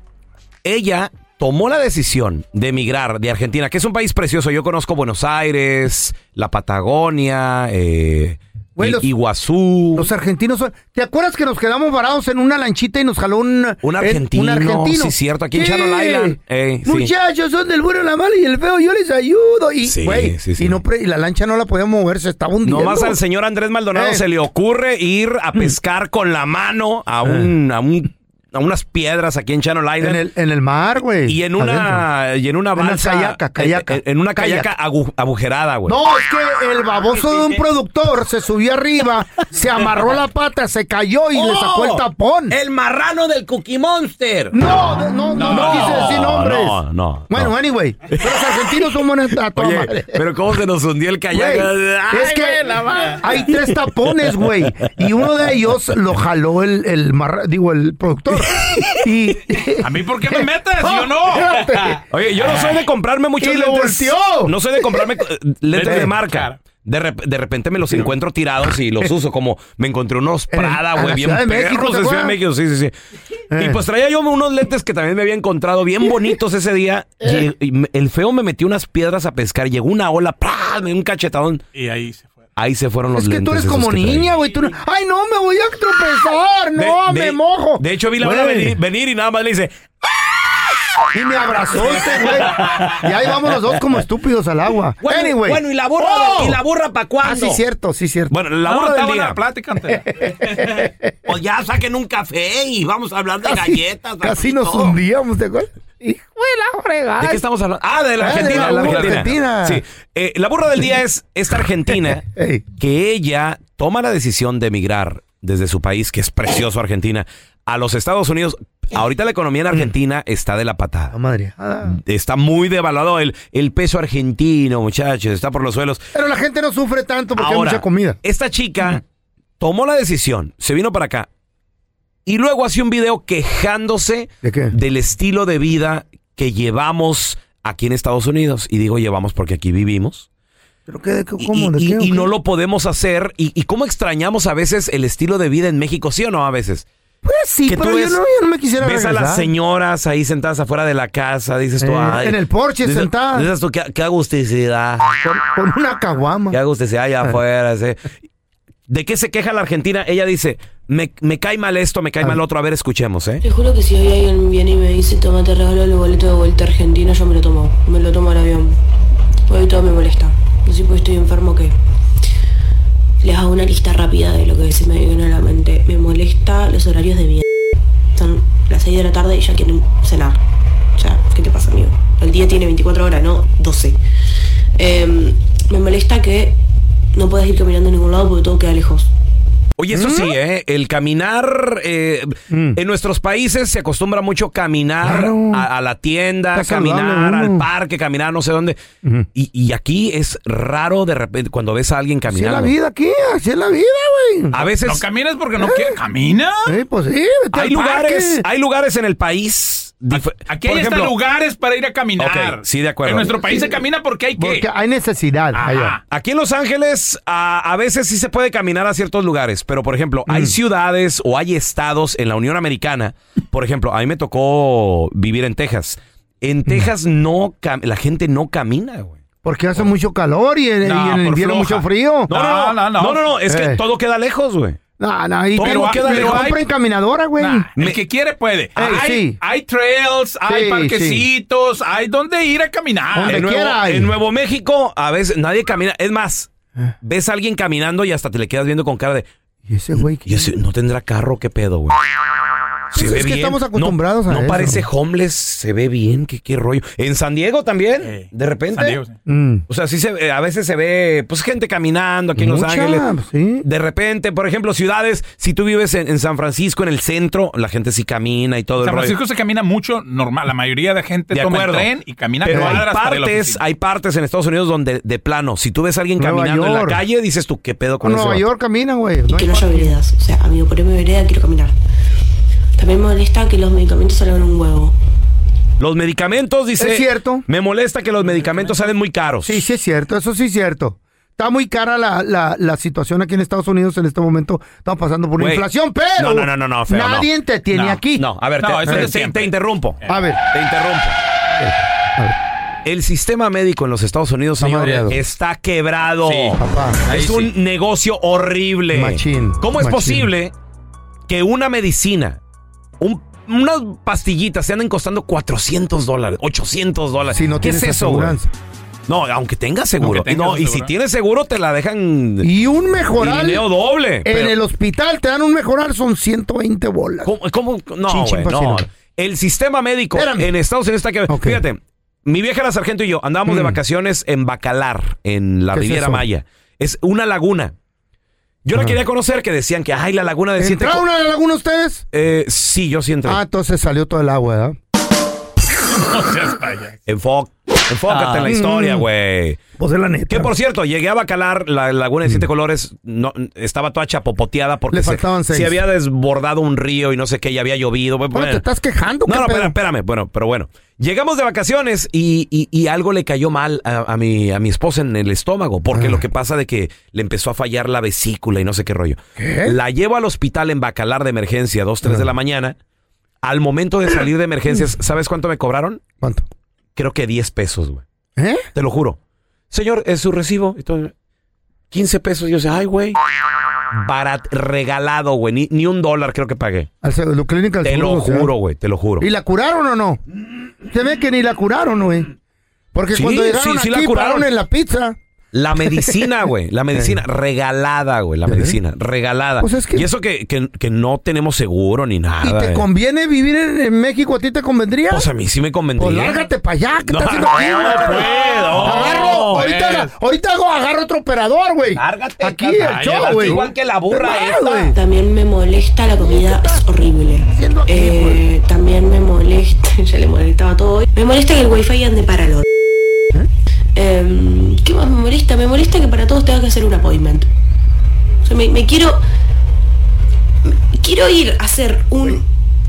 Speaker 1: ella tomó la decisión de emigrar de Argentina, que es un país precioso. Yo conozco Buenos Aires, la Patagonia, eh,
Speaker 2: Güey,
Speaker 1: I-
Speaker 2: los-
Speaker 1: Iguazú.
Speaker 2: Los argentinos son... ¿Te acuerdas que nos quedamos varados en una lanchita y nos jaló un...
Speaker 1: Un
Speaker 2: eh,
Speaker 1: argentino, sí, cierto, aquí en Channel Island. Eh, sí.
Speaker 2: Muchachos, son del bueno, la mala y el feo, yo les ayudo. Y,
Speaker 1: Sí,
Speaker 2: güey,
Speaker 1: sí, sí.
Speaker 2: Y, no pre- y la lancha no la podía mover, se estaba hundiendo.
Speaker 1: Nomás al señor Andrés Maldonado
Speaker 2: Eh. Mm.
Speaker 1: se le ocurre ir a pescar con la mano a, un, a, un- a unas piedras aquí en Channel Island.
Speaker 2: En el, en el mar, güey.
Speaker 1: Y en
Speaker 2: adentro.
Speaker 1: una, y en una
Speaker 2: En una
Speaker 1: balsa.
Speaker 2: kayaca, kayaca.
Speaker 1: en, en una callaca agujerada, güey.
Speaker 2: No, es que el baboso de un productor se subió arriba, se amarró la pata, se cayó y le sacó
Speaker 1: ¡Oh!
Speaker 2: el tapón.
Speaker 1: Eh.
Speaker 3: El marrano del Cookie Monster.
Speaker 2: No, de- no, no, no quise decir nombres.
Speaker 1: no, no,
Speaker 2: Bueno,
Speaker 1: no.
Speaker 2: anyway, pero los argentinos son buenos a toda
Speaker 1: Oye,
Speaker 2: madre.
Speaker 1: pero cómo se nos hundió el
Speaker 2: Güey,
Speaker 1: kayak. Ay,
Speaker 2: es que
Speaker 1: güey, la madre.
Speaker 2: hay tres tapones, güey. Y uno de ellos lo jaló el, el mar- digo, el productor. Y,
Speaker 1: ¿A mí por qué *laughs* me *laughs* metes? Yo no.
Speaker 2: *laughs* Espérate.
Speaker 1: *laughs* Oye, yo no soy de comprarme muchos
Speaker 2: Y lo
Speaker 1: lentes.
Speaker 2: volteó.
Speaker 1: No soy de comprarme
Speaker 2: *laughs*
Speaker 1: eh, lentes
Speaker 2: Vete.
Speaker 1: de marca. De, rep- de repente me los encuentro tirados y los uso como me encontré unos
Speaker 2: En el-
Speaker 1: Prada,
Speaker 2: en
Speaker 1: güey,
Speaker 2: la
Speaker 1: bien
Speaker 2: Ciudad de
Speaker 1: perros
Speaker 2: México, ¿te
Speaker 1: en Ciudad de
Speaker 2: acuerdas?
Speaker 1: México, sí, sí, sí.
Speaker 2: Eh.
Speaker 1: Y pues traía yo unos lentes que también me había encontrado bien bonitos ese día.
Speaker 2: Eh.
Speaker 1: Lle- y me- el feo me metió unas piedras a pescar, llegó una ola, ¡pah! me dio un cachetadón. Y ahí se fueron. Ahí se fueron los
Speaker 2: Es que
Speaker 1: lentes.
Speaker 2: tú eres
Speaker 1: esos
Speaker 2: como
Speaker 1: que traía.
Speaker 2: niña, güey. Tú no- Ay, no, me voy a tropezar.
Speaker 1: De-
Speaker 2: No,
Speaker 1: de-
Speaker 2: me mojo.
Speaker 1: De hecho, vi la hora
Speaker 2: Güey,
Speaker 1: venir, venir y nada más le dice,
Speaker 2: Y me abrazó este, güey. Y ahí vamos los dos como estúpidos al agua.
Speaker 3: Bueno,
Speaker 2: anyway.
Speaker 3: bueno, ¿y la burra?
Speaker 2: Oh.
Speaker 3: ¿Y la burra para
Speaker 2: Ah,
Speaker 3: cuándo?
Speaker 2: sí, cierto, sí, cierto.
Speaker 1: bueno, la hora del día.
Speaker 3: *laughs* Pues ya saquen un café y vamos a hablar de
Speaker 2: Casi-
Speaker 3: galletas.
Speaker 2: Casi
Speaker 3: aquí,
Speaker 2: nos
Speaker 3: todo.
Speaker 2: hundíamos, ¿te acuerdas? Hijo de la fregada.
Speaker 1: ¿De qué estamos hablando? Ah, de la
Speaker 2: Ah, de
Speaker 1: Argentina.
Speaker 2: la
Speaker 1: la
Speaker 2: burra
Speaker 1: Argentina.
Speaker 2: argentina.
Speaker 1: Sí. Eh, la burra del día es esta
Speaker 2: *laughs*
Speaker 1: argentina
Speaker 2: Ey.
Speaker 1: que ella toma la decisión de emigrar desde su país, que es precioso Argentina, a los Estados Unidos. Ahorita la economía
Speaker 2: Mm.
Speaker 1: en Argentina está de la
Speaker 2: La
Speaker 1: patada.
Speaker 2: madre. Ah.
Speaker 1: Está muy devaluado el, el peso argentino, muchachos. Está por los suelos.
Speaker 2: Pero la gente no sufre tanto porque
Speaker 1: Ahora,
Speaker 2: hay mucha comida.
Speaker 1: esta chica tomó la decisión, se vino para acá y luego hace un video quejándose
Speaker 2: ¿De qué?
Speaker 1: del estilo de vida que llevamos aquí en Estados Unidos. Y digo llevamos porque aquí vivimos.
Speaker 2: ¿Pero qué? de qué-
Speaker 1: Y-
Speaker 2: ¿Cómo? ¿De
Speaker 1: y,
Speaker 2: qué, o
Speaker 1: y
Speaker 2: qué?
Speaker 1: no lo podemos hacer. Y, y cómo extrañamos a veces el estilo de vida en México, ¿sí o no? A veces.
Speaker 2: Pues sí,
Speaker 1: que
Speaker 2: pero
Speaker 1: tú
Speaker 2: yo,
Speaker 1: ves-
Speaker 2: no, yo no me quisiera
Speaker 1: Ves a
Speaker 2: regresar.
Speaker 1: las señoras ahí sentadas afuera de la casa, dices tú.
Speaker 2: Eh,
Speaker 1: "Ay".
Speaker 2: en el porche
Speaker 1: Dices-
Speaker 2: sentadas.
Speaker 1: Dices tú, qué, qué agusticidad.
Speaker 2: Con
Speaker 1: *laughs*
Speaker 2: una caguama.
Speaker 1: Que haga usted sea
Speaker 2: *laughs*
Speaker 1: allá afuera. sí. ¿De qué se queja la Argentina? Ella dice, me, me cae mal esto, me
Speaker 2: Ah.
Speaker 1: cae mal otro. A ver, escuchemos, ¿eh?
Speaker 8: Te juro que si hoy alguien viene y me dice, toma, te regalo el boleto de vuelta a Argentina, yo me lo tomo. Me lo tomo al avión. Hoy todo me molesta. No sé pues estoy enfermo que... Les hago una lista rápida de lo que se me viene a la mente. Me molesta los horarios de mierda. Son las 6 de la tarde y ya quieren cenar. O sea, ¿qué te pasa, amigo? El día tiene 24 horas, no 12. Em, me molesta que no puedes ir caminando a ningún lado porque todo queda lejos.
Speaker 1: Oye, eso
Speaker 2: Mm.
Speaker 1: sí, ¿eh? El caminar... eh, En nuestros países se acostumbra mucho caminar
Speaker 2: Claro.
Speaker 1: a, a la tienda,
Speaker 2: Está
Speaker 1: caminar
Speaker 2: saludable
Speaker 1: al
Speaker 2: uno.
Speaker 1: parque, caminar a no sé dónde. y, y aquí es raro de repente cuando ves a alguien
Speaker 2: Así es
Speaker 1: caminando.
Speaker 2: la vida aquí, así es la vida, güey.
Speaker 1: A veces...
Speaker 4: caminas porque no quieres. Camina.
Speaker 2: Sí, pues sí, vete
Speaker 1: Hay
Speaker 2: al
Speaker 1: lugares,
Speaker 2: parque.
Speaker 1: hay lugares en el país... dif-
Speaker 4: Aquí
Speaker 1: por
Speaker 4: hay hasta
Speaker 1: ejemplo,
Speaker 4: lugares para ir a caminar.
Speaker 1: Ok, sí, de acuerdo.
Speaker 4: En nuestro país se camina porque hay que.
Speaker 2: Porque hay necesidad.
Speaker 4: Ajá.
Speaker 2: allá.
Speaker 1: Aquí en Los Ángeles a, a veces sí se puede caminar a ciertos lugares, pero por ejemplo,
Speaker 2: Mm.
Speaker 1: hay ciudades o hay estados en la Unión Americana. Por ejemplo, a mí me tocó vivir en Texas.
Speaker 2: Mm.
Speaker 1: En Texas no cam- la gente no camina, güey.
Speaker 2: Porque hace mucho calor y en,
Speaker 4: No,
Speaker 2: y en el
Speaker 4: por
Speaker 2: invierno
Speaker 4: floja.
Speaker 2: mucho frío.
Speaker 4: No, no, no,
Speaker 1: no,
Speaker 4: no.
Speaker 1: no, es que
Speaker 2: Eh.
Speaker 1: todo queda lejos, güey.
Speaker 2: No, no, y
Speaker 1: Pero-
Speaker 2: pero,
Speaker 1: pero hay-
Speaker 2: compren caminadora, güey.
Speaker 4: Nah, el que quiere puede. hay,
Speaker 2: sí.
Speaker 4: hay trails,
Speaker 2: Sí,
Speaker 4: hay parquecitos, hay donde ir a caminar.
Speaker 2: Donde
Speaker 1: En Nuevo,
Speaker 2: quiera hay.
Speaker 1: en Nuevo México a veces nadie camina. Es más,
Speaker 2: Eh,
Speaker 1: ves a alguien caminando y hasta te le quedas viendo con cara de,
Speaker 2: Y ese güey que...
Speaker 1: "Y ese no tendrá carro, qué pedo, güey. Se
Speaker 2: Pues
Speaker 1: ve
Speaker 2: es que
Speaker 1: bien.
Speaker 2: estamos
Speaker 1: No-
Speaker 2: acostumbrados
Speaker 1: no,
Speaker 2: a eso.
Speaker 1: parece homeless, se ve bien, qué, qué rollo. En San Diego también,
Speaker 2: Eh.
Speaker 1: de repente.
Speaker 4: San Diego, sí.
Speaker 2: Mm.
Speaker 1: O sea, sí se, eh, a veces se ve pues gente caminando aquí en Los
Speaker 2: Mucha,
Speaker 1: Ángeles.
Speaker 2: sí.
Speaker 1: De repente, por ejemplo, ciudades, si tú vives en, en San Francisco, en el centro, la gente sí camina y todo
Speaker 4: San
Speaker 1: el rollo.
Speaker 4: Francisco se camina mucho normal. La mayoría de gente
Speaker 1: De
Speaker 4: toma
Speaker 1: acuerdo.
Speaker 4: el tren y camina
Speaker 1: Pero hay
Speaker 4: cuadras para ir a la
Speaker 1: partes,
Speaker 4: oficina.
Speaker 1: hay partes en Estados Unidos donde de plano, si tú ves a alguien
Speaker 2: Nueva
Speaker 1: caminando en la
Speaker 2: York.
Speaker 1: calle, dices tú, ¿qué pedo
Speaker 2: Con
Speaker 1: con ese
Speaker 2: Nueva
Speaker 1: vato?
Speaker 2: York caminan, güey.
Speaker 8: Y
Speaker 2: No
Speaker 8: que
Speaker 2: hay-
Speaker 8: no haya veredas. O sea, amigo, poneme vereda, quiero caminar. También me molesta que los medicamentos salgan un huevo.
Speaker 1: Los medicamentos, dice.
Speaker 2: Es cierto.
Speaker 1: Me molesta que los medicamentos salen muy caros.
Speaker 2: Sí, sí es cierto, eso sí es cierto. Está muy cara la, la, la situación aquí en Estados Unidos en este momento. Estamos pasando por una
Speaker 1: Güey.
Speaker 2: inflación, pero
Speaker 1: No, no, no, no, no, feo, no.
Speaker 2: nadie te tiene
Speaker 4: No,
Speaker 2: aquí.
Speaker 1: No, a ver,
Speaker 4: No,
Speaker 1: te,
Speaker 4: eso
Speaker 1: te-
Speaker 4: es
Speaker 1: te-
Speaker 4: de siempre. Eh.
Speaker 1: te interrumpo.
Speaker 2: A ver,
Speaker 1: Te interrumpo. El sistema médico en los Estados Unidos,
Speaker 2: Eh, Está
Speaker 1: señor,
Speaker 2: madreado.
Speaker 1: está quebrado.
Speaker 4: Sí.
Speaker 2: papá.
Speaker 1: Es un negocio horrible.
Speaker 2: Machín,
Speaker 1: ¿Cómo es
Speaker 2: machín.
Speaker 1: posible que una medicina, un- unas pastillitas se anden costando 400 dólares, 800 dólares?
Speaker 2: Si no
Speaker 1: ¿Qué
Speaker 2: tienes
Speaker 1: es eso, güey?
Speaker 2: aseguranza.
Speaker 1: No, aunque tengas seguro.
Speaker 4: Aunque tengas
Speaker 1: no, y si
Speaker 4: aseguranza.
Speaker 1: tienes seguro, te la dejan
Speaker 2: Y un mejoral
Speaker 1: dinero doble.
Speaker 2: en
Speaker 1: pero-
Speaker 2: el hospital te dan un mejoral, son 120 bolas.
Speaker 1: ¿Cómo? cómo- no,
Speaker 2: Chin, chin,
Speaker 1: güey, no.
Speaker 2: pasino.
Speaker 1: El sistema médico
Speaker 2: Espérame.
Speaker 1: en Estados Unidos está que.
Speaker 2: Ok.
Speaker 1: Fíjate, mi vieja la sargento y yo andábamos de
Speaker 2: Mm.
Speaker 1: vacaciones en Bacalar, en la
Speaker 2: ¿Qué es
Speaker 1: Riviera
Speaker 2: eso?
Speaker 1: Maya. Es una laguna. Yo la quería conocer, que decían que, ay, la laguna de siete. co-
Speaker 2: ¿Entraron a la laguna ustedes?
Speaker 1: Eh, sí, yo sí entré.
Speaker 2: Ah, entonces salió todo el agua, ¿verdad?
Speaker 1: Enfo- Enfócate
Speaker 2: Ah.
Speaker 1: en la historia, güey.
Speaker 2: Pues es la neta.
Speaker 1: Que por cierto, llegué a Bacalar, la laguna de siete colores, no, estaba toda chapopoteada porque
Speaker 2: Mm. Le
Speaker 1: se,
Speaker 2: faltaban seis.
Speaker 1: se había desbordado un río y no sé qué, y había llovido. güey,
Speaker 2: Bueno,
Speaker 1: bueno.
Speaker 2: te estás quejando,
Speaker 1: No,
Speaker 2: ¿qué
Speaker 1: no,
Speaker 2: pedo?
Speaker 1: espérame, espérame. Bueno, pero bueno. Llegamos de vacaciones y, y- y algo le cayó mal a, a mi, a mi esposa en el estómago, porque
Speaker 2: Ah.
Speaker 1: lo que pasa de que le empezó a fallar la vesícula y no sé qué rollo. La llevo al hospital en Bacalar de emergencia, 2, 3 de
Speaker 2: Ah.
Speaker 1: la mañana. Al momento de salir de
Speaker 2: *clears throat*
Speaker 1: emergencias, ¿sabes cuánto me cobraron?
Speaker 2: ¿Cuánto?
Speaker 1: Creo que 10 pesos, güey.
Speaker 2: ¿Eh?
Speaker 1: Te lo juro. Señor, es su recibo. Y todo, 15 pesos. Y yo decía, ay, güey. Barat, regalado, güey. Ni, ni un dólar creo que pagué.
Speaker 2: Al se- lo clínica del
Speaker 1: Te
Speaker 2: Seguro
Speaker 1: lo
Speaker 2: Social.
Speaker 1: juro, güey. Te lo juro.
Speaker 2: ¿Y la curaron o no? Se ve que ni la curaron, güey. Porque
Speaker 1: Sí,
Speaker 2: cuando
Speaker 1: sí,
Speaker 2: llegaron
Speaker 1: sí la
Speaker 2: aquí
Speaker 1: curaron.
Speaker 2: pararon en la pizza. *laughs*
Speaker 1: La medicina, güey. La medicina regalada, güey. La medicina regalada.
Speaker 2: Eh. Pues es que-
Speaker 1: Y eso que, que- que no tenemos seguro ni nada.
Speaker 2: ¿Y te
Speaker 1: eh.
Speaker 2: conviene vivir en, en México? ¿A ti te convendría?
Speaker 1: Pues a mí sí me convendría.
Speaker 2: Pues lárgate para allá, ¿qué
Speaker 1: No,
Speaker 2: estás haciendo
Speaker 1: no
Speaker 2: aquí, güey?
Speaker 1: puedo.
Speaker 2: Agarro, ahorita,
Speaker 4: Pues.
Speaker 2: aga- ahorita hago, agarro otro operador, güey.
Speaker 1: Lárgate,
Speaker 2: Aquí
Speaker 1: carnal.
Speaker 2: el
Speaker 1: Ay,
Speaker 2: show,
Speaker 1: lárgate
Speaker 2: güey.
Speaker 1: igual que la burra
Speaker 2: Te vas,
Speaker 1: esta.
Speaker 2: güey.
Speaker 8: También me molesta la comida, es horrible.
Speaker 2: haciendo aquí,
Speaker 8: Eh,
Speaker 2: güey?
Speaker 8: también me molesta, *laughs* ya le molestaba todo hoy. Me molesta que el wifi ande para lo. Em, ¿Qué más me molesta? Me molesta que para todos tenga que hacer un appointment. O sea, me, me quiero. me- quiero ir a hacer un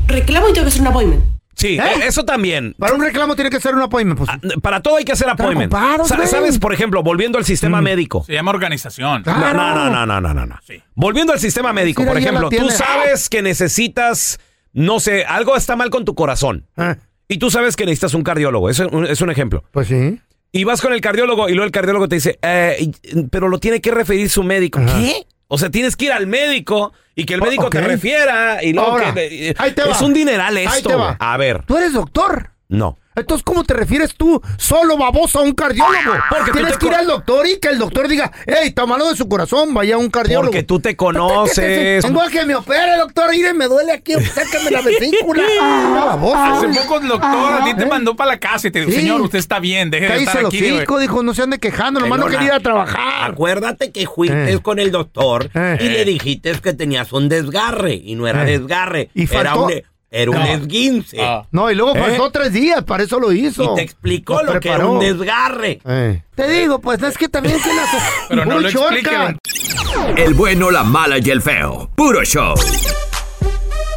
Speaker 8: reclamo y tengo que hacer un appointment.
Speaker 1: Sí, eh, eso también.
Speaker 2: Para un reclamo tiene que ser un appointment, pues.
Speaker 1: Ah, Para todo hay que hacer appointment.
Speaker 2: ocupados,
Speaker 1: Sa-
Speaker 2: güey.
Speaker 1: ¿Sabes? Por ejemplo, volviendo al sistema médico.
Speaker 4: Se llama organización.
Speaker 2: Ah.
Speaker 1: No,
Speaker 2: Claro.
Speaker 1: no, no, no, no, no, no, no.
Speaker 4: Sí.
Speaker 1: Volviendo al sistema médico,
Speaker 2: Mira,
Speaker 1: por
Speaker 2: ya la
Speaker 1: ejemplo, tú
Speaker 2: tiene.
Speaker 1: sabes que necesitas, no sé, algo está mal con tu corazón.
Speaker 2: Ah,
Speaker 1: Y tú sabes que necesitas un cardiólogo. Eso es un- es un ejemplo.
Speaker 2: pues sí.
Speaker 1: Y vas con el cardiólogo y luego el cardiólogo te dice, eh, y- pero lo tiene que referir su médico. ¿Qué? O sea, tienes que ir al médico y que el
Speaker 2: O-
Speaker 1: médico
Speaker 2: Oh, ok.
Speaker 1: te refiera y luego
Speaker 2: Ahora,
Speaker 1: que- eh,
Speaker 2: ahí te
Speaker 1: es
Speaker 2: va.
Speaker 1: un dineral
Speaker 2: Ahí
Speaker 1: esto.
Speaker 2: te
Speaker 1: güey.
Speaker 2: va.
Speaker 1: A ver,
Speaker 2: Tú eres doctor.
Speaker 1: no.
Speaker 2: Entonces, ¿cómo te refieres tú solo baboso a un cardiólogo?
Speaker 1: Porque tú
Speaker 2: Tienes
Speaker 1: te
Speaker 2: que ir
Speaker 1: con-
Speaker 2: al doctor y que el doctor diga, hey, está malo de su corazón, vaya a un cardiólogo.
Speaker 1: Porque tú te conoces.
Speaker 2: Tengo a que me opere, doctor, mire, me duele aquí, sácame la vesícula. *laughs* Ah, baboso.
Speaker 4: Hace poco el doctor a ti te
Speaker 2: ¿eh?
Speaker 4: mandó para la casa y te dijo,
Speaker 2: Sí.
Speaker 4: señor, usted está bien, deje de
Speaker 2: Cállese
Speaker 4: estar
Speaker 2: el
Speaker 4: aquí. güey".
Speaker 2: hocico, dijo, no se ande quejando, nomás no
Speaker 3: Pelona.
Speaker 2: quería ir a trabajar.
Speaker 3: Acuérdate que fuiste
Speaker 2: Eh.
Speaker 3: con el doctor
Speaker 2: Eh.
Speaker 3: y le dijiste que tenías un desgarre y no era
Speaker 2: Eh.
Speaker 3: desgarre,
Speaker 2: Y
Speaker 3: era
Speaker 2: faltó-
Speaker 3: un, era un esguince.
Speaker 4: Ah.
Speaker 2: No, y luego
Speaker 1: ¿Eh?
Speaker 2: faltó tres días, para eso lo hizo.
Speaker 3: Y te explicó
Speaker 2: Nos
Speaker 3: lo que era
Speaker 2: preparó.
Speaker 3: un desgarre.
Speaker 2: Eh. Te digo, pues es que también se *laughs* las...
Speaker 4: Pero no
Speaker 2: Muy
Speaker 4: lo
Speaker 2: chorca.
Speaker 4: expliquen.
Speaker 7: El bueno, la mala y el feo. Puro show.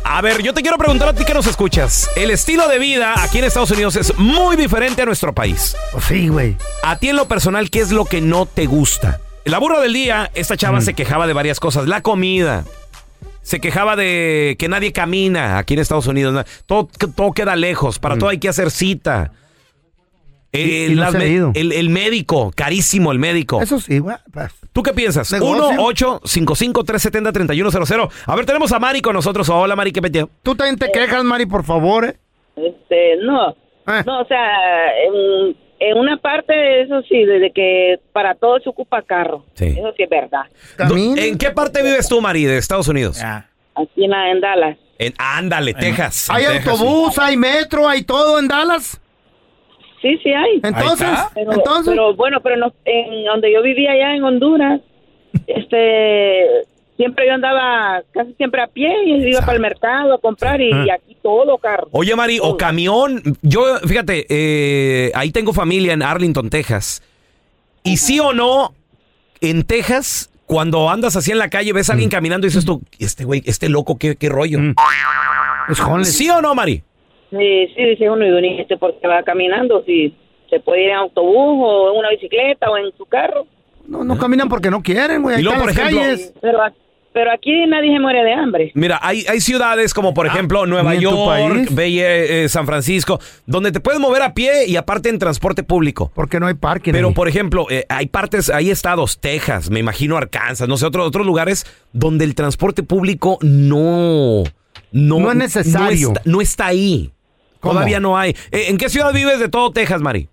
Speaker 1: A ver, yo te quiero preguntar a ti que nos escuchas. El estilo de vida aquí en Estados Unidos es muy diferente a nuestro país.
Speaker 2: Pues sí, güey.
Speaker 1: A ti en lo personal, ¿qué es lo que no te gusta? La burra del día, esta
Speaker 2: Mm.
Speaker 1: chava se quejaba de varias cosas. La comida. Se quejaba de que nadie camina aquí en Estados Unidos. na- Todo, todo queda lejos. Para todo hay que hacer cita. Eh,
Speaker 2: Mm. Y- y no
Speaker 1: las
Speaker 2: se ha
Speaker 1: me-
Speaker 2: ido.
Speaker 1: el, el médico, carísimo el médico.
Speaker 2: Eso sí, güey. pues,
Speaker 1: ¿Tú qué piensas?
Speaker 2: Negocio.
Speaker 1: 1-855-370-3100. A ver, tenemos a Mari con nosotros. Hola, Mari, ¿qué peteo?
Speaker 2: Tú también te quejas, Mari, por favor, ¿eh?
Speaker 9: Este, no,
Speaker 2: Ah.
Speaker 9: no, o sea, en, en una parte, eso sí, desde que para todo se ocupa carro.
Speaker 1: Sí.
Speaker 9: Eso sí es verdad.
Speaker 2: Camina.
Speaker 1: ¿En qué parte vives tú, Mari, de Estados Unidos?
Speaker 4: Ya.
Speaker 9: Aquí en, la, en Dallas.
Speaker 1: En, ándale, Texas.
Speaker 2: Hay
Speaker 1: En Texas,
Speaker 2: autobús, hay metro, hay todo en Dallas.
Speaker 9: Sí, sí hay.
Speaker 2: Entonces,
Speaker 9: Pero,
Speaker 2: entonces.
Speaker 9: pero bueno, pero no- en donde yo vivía allá en Honduras, este, siempre yo andaba casi siempre a pie y iba para el mercado a comprar y, y aquí todo carro.
Speaker 1: Ah. Oye, Mari, o camión. Yo, fíjate, eh, ahí tengo familia en Arlington, Texas. Y sí o no, en Texas, cuando andas así en la calle, ves a
Speaker 2: Mm.
Speaker 1: alguien caminando y dices tú, este güey, este loco, qué, qué rollo.
Speaker 2: pues,
Speaker 1: ¿Sí o no, Mari?
Speaker 9: Sí, sí, dice uno y uno, y este porque va caminando, si se puede ir en autobús o en una bicicleta o en su carro.
Speaker 2: No, no caminan porque no quieren, güey.
Speaker 1: Y
Speaker 2: ahí
Speaker 1: luego,
Speaker 2: están
Speaker 1: por
Speaker 2: las
Speaker 1: ejemplo,
Speaker 2: calles.
Speaker 9: Pero, a- pero aquí nadie se muere de hambre.
Speaker 1: Mira, hay, hay ciudades como, por ejemplo, Nueva
Speaker 2: ¿ni Ah, en tu
Speaker 1: York,
Speaker 2: país?
Speaker 1: Bella, eh, San Francisco, donde te puedes mover a pie y aparte en transporte público.
Speaker 2: Porque no hay parking.
Speaker 1: Pero,
Speaker 2: ahí.
Speaker 1: por ejemplo, eh, hay partes, hay estados, Texas, me imagino Arkansas, no sé, otros otros lugares donde el transporte público no... No,
Speaker 2: No es necesario.
Speaker 1: No está, no está ahí.
Speaker 2: ¿Cómo?
Speaker 1: Todavía no hay. Eh, ¿En qué ciudad vives de todo Texas, Mari?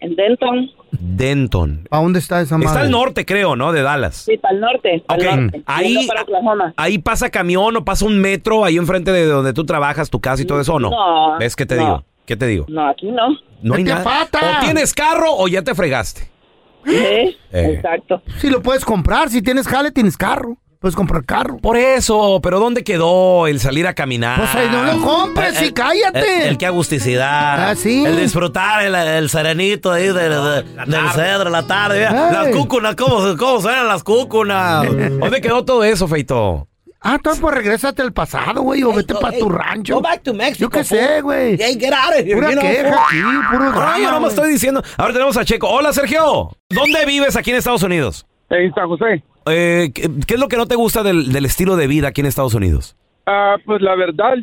Speaker 9: En Denton,
Speaker 1: Denton.
Speaker 2: ¿A dónde está esa madre?
Speaker 1: Está al norte, creo, ¿no? De Dallas.
Speaker 9: sí, para el norte. Para
Speaker 1: Ok.
Speaker 9: el norte
Speaker 1: Ahí,
Speaker 9: yendo para Oklahoma.
Speaker 1: ahí pasa camión o pasa un metro ahí enfrente de donde tú trabajas, tu casa y todo eso, ¿o no?
Speaker 9: No,
Speaker 1: ¿Ves qué te
Speaker 9: no.
Speaker 1: digo? ¿Qué te digo?
Speaker 9: No, aquí no.
Speaker 1: No hay
Speaker 2: ¡Vete a
Speaker 1: nada.
Speaker 2: pata!
Speaker 1: O tienes carro o ya te fregaste. *gasps*
Speaker 9: Sí,
Speaker 1: Eh.
Speaker 9: exacto.
Speaker 2: Si lo puedes comprar, si tienes jale, tienes carro. Puedes comprar carro.
Speaker 1: Por eso, pero ¿dónde quedó el salir a caminar?
Speaker 2: Pues ahí no lo compres y cállate.
Speaker 1: Ah, El, el que agusticidad.
Speaker 2: Ah, sí.
Speaker 1: El disfrutar el, el serenito ahí de- de- del cedro en la tarde. mira.
Speaker 2: Ay.
Speaker 1: Las cúcunas, ¿cómo, se- ¿cómo suenan las cúcunas? ¿Dónde quedó todo eso, Feito?
Speaker 2: Ah, entonces pues regrésate al pasado, güey, o vete para tu rancho.
Speaker 1: go back to Mexico,
Speaker 2: Yo qué
Speaker 1: fool.
Speaker 2: sé, güey.
Speaker 1: get out of
Speaker 2: Pura queja aquí, puro drama,
Speaker 1: yo no me
Speaker 2: güey.
Speaker 1: estoy diciendo. Ahora tenemos a Checo. Hola, Sergio. ¿Dónde vives aquí en Estados Unidos?
Speaker 6: En San José.
Speaker 1: Eh, ¿qué, qué es lo que no te gusta del, del estilo de vida aquí en Estados Unidos?
Speaker 6: Ah, pues la verdad,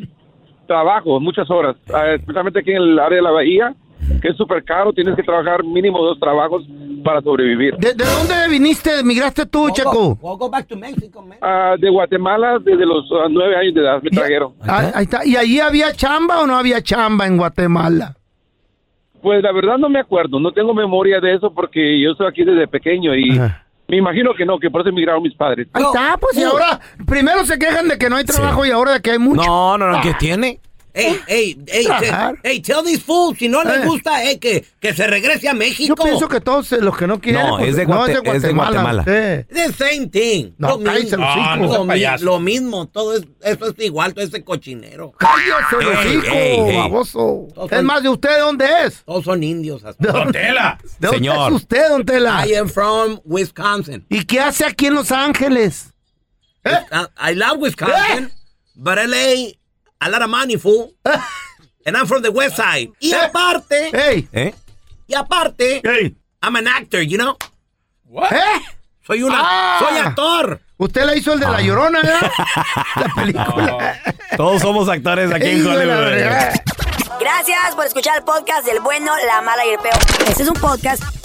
Speaker 6: trabajo muchas horas, ah, especialmente aquí en el área de la bahía, que es súper caro, tienes que trabajar mínimo dos trabajos para sobrevivir.
Speaker 2: ¿De, de dónde viniste? ¿Migraste tú, Checo?
Speaker 6: Ah, de Guatemala desde los ah, nueve años de edad, me trajeron.
Speaker 2: Ah, ahí está. ¿Y allí había chamba o no había chamba en Guatemala?
Speaker 6: Pues la verdad no me acuerdo, no tengo memoria de eso porque yo estoy aquí desde pequeño y
Speaker 2: Ajá.
Speaker 6: me imagino que no, que por eso emigraron mis padres.
Speaker 2: Ahí está, pues y ahora, primero se quejan de que no hay trabajo y ahora de que hay mucho.
Speaker 1: No, no, no, ¿qué tiene?
Speaker 3: Ey, ey, ey,
Speaker 2: Ah. Trabajar.
Speaker 3: te- ey, tell these fools, si no les
Speaker 2: Eh.
Speaker 3: gusta, eh, que, que se regrese a
Speaker 2: Yo
Speaker 3: México.
Speaker 2: pienso que todos eh, los que no quieren.
Speaker 1: No,
Speaker 2: pues,
Speaker 1: es de Guate- es de Guatemala.
Speaker 2: usted.
Speaker 3: The same thing.
Speaker 2: No, cállese el hocico.
Speaker 4: no seas
Speaker 3: lo, mi-
Speaker 4: payaso.
Speaker 3: lo mismo, todo es, eso es igual, todo ese cochinero.
Speaker 2: Cállese, el
Speaker 1: Ey,
Speaker 2: hocico,
Speaker 1: ey, ey.
Speaker 2: baboso.
Speaker 3: Todos
Speaker 2: Es
Speaker 3: son-
Speaker 2: más, ¿de usted de dónde es?
Speaker 3: Todos son indios. hasta-
Speaker 2: ¿De dónde,
Speaker 4: Tela.
Speaker 2: de dónde
Speaker 1: Señor. eh.
Speaker 2: es usted, don Tela?
Speaker 3: I am from Wisconsin.
Speaker 2: ¿Y qué hace aquí en Los Ángeles? ¿Eh?
Speaker 3: Uh, I love Wisconsin, but LA, a lot of money, fool. And I'm from the west side. Y aparte,
Speaker 2: ¡Ey!
Speaker 1: ¿Eh?
Speaker 3: y aparte,
Speaker 2: ¡Ey!
Speaker 3: I'm an actor, you know?
Speaker 2: ¿Eh?
Speaker 3: Soy una,
Speaker 2: Ah.
Speaker 3: soy actor.
Speaker 2: Usted la hizo el de
Speaker 1: Ah.
Speaker 2: La Llorona,
Speaker 1: *laughs*
Speaker 2: ¿verdad? La película.
Speaker 1: Todos somos actores aquí en
Speaker 2: Hijo de la
Speaker 1: Hollywood.
Speaker 2: verga.
Speaker 10: Gracias por escuchar el podcast del bueno, la mala y el peor. Este es un podcast